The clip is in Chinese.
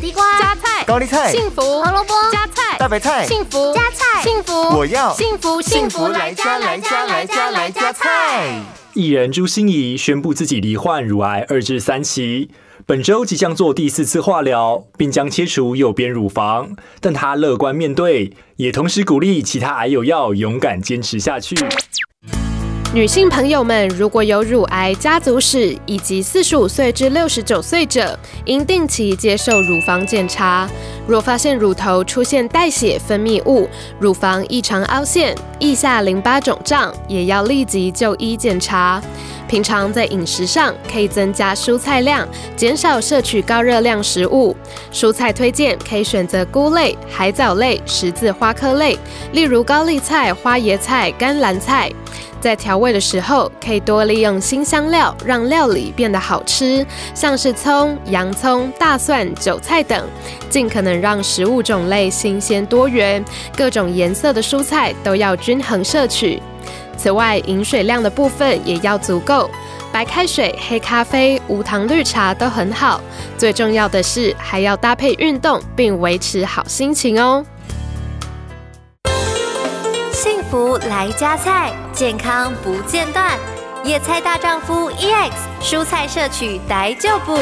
地瓜、加菜、高丽菜、幸福、胡萝卜、加菜、大白菜、幸福、加菜幸福，我要幸福幸福来家来家来家来家菜。艺人朱心怡宣布自己罹患乳癌二至三期，本周即将做第四次化疗，并将切除右边乳房。但她乐观面对，也同时鼓励其他癌友要勇敢坚持下去。女性朋友们，如果有乳癌家族史以及四十五岁至六十九岁者，应定期接受乳房检查。若发现乳头出现带血分泌物、乳房异常凹陷、腋下淋巴肿胀，也要立即就医检查。平常在饮食上可以增加蔬菜量，减少摄取高热量食物。蔬菜推荐可以选择菇类、海藻类、十字花科类，例如高丽菜、花椰菜、甘蓝菜。在调味的时候，可以多利用新香料，让料理变得好吃，像是葱、洋葱、大蒜、韭菜等，尽可能让食物种类新鲜多元，各种颜色的蔬菜都要均衡摄取。此外，饮水量的部分也要足够，白开水、黑咖啡、无糖绿茶都很好。最重要的是，还要搭配运动，并维持好心情哦。幸福来加菜，健康 E 不间断。野菜大丈夫 EX，蔬菜摄取逮就补。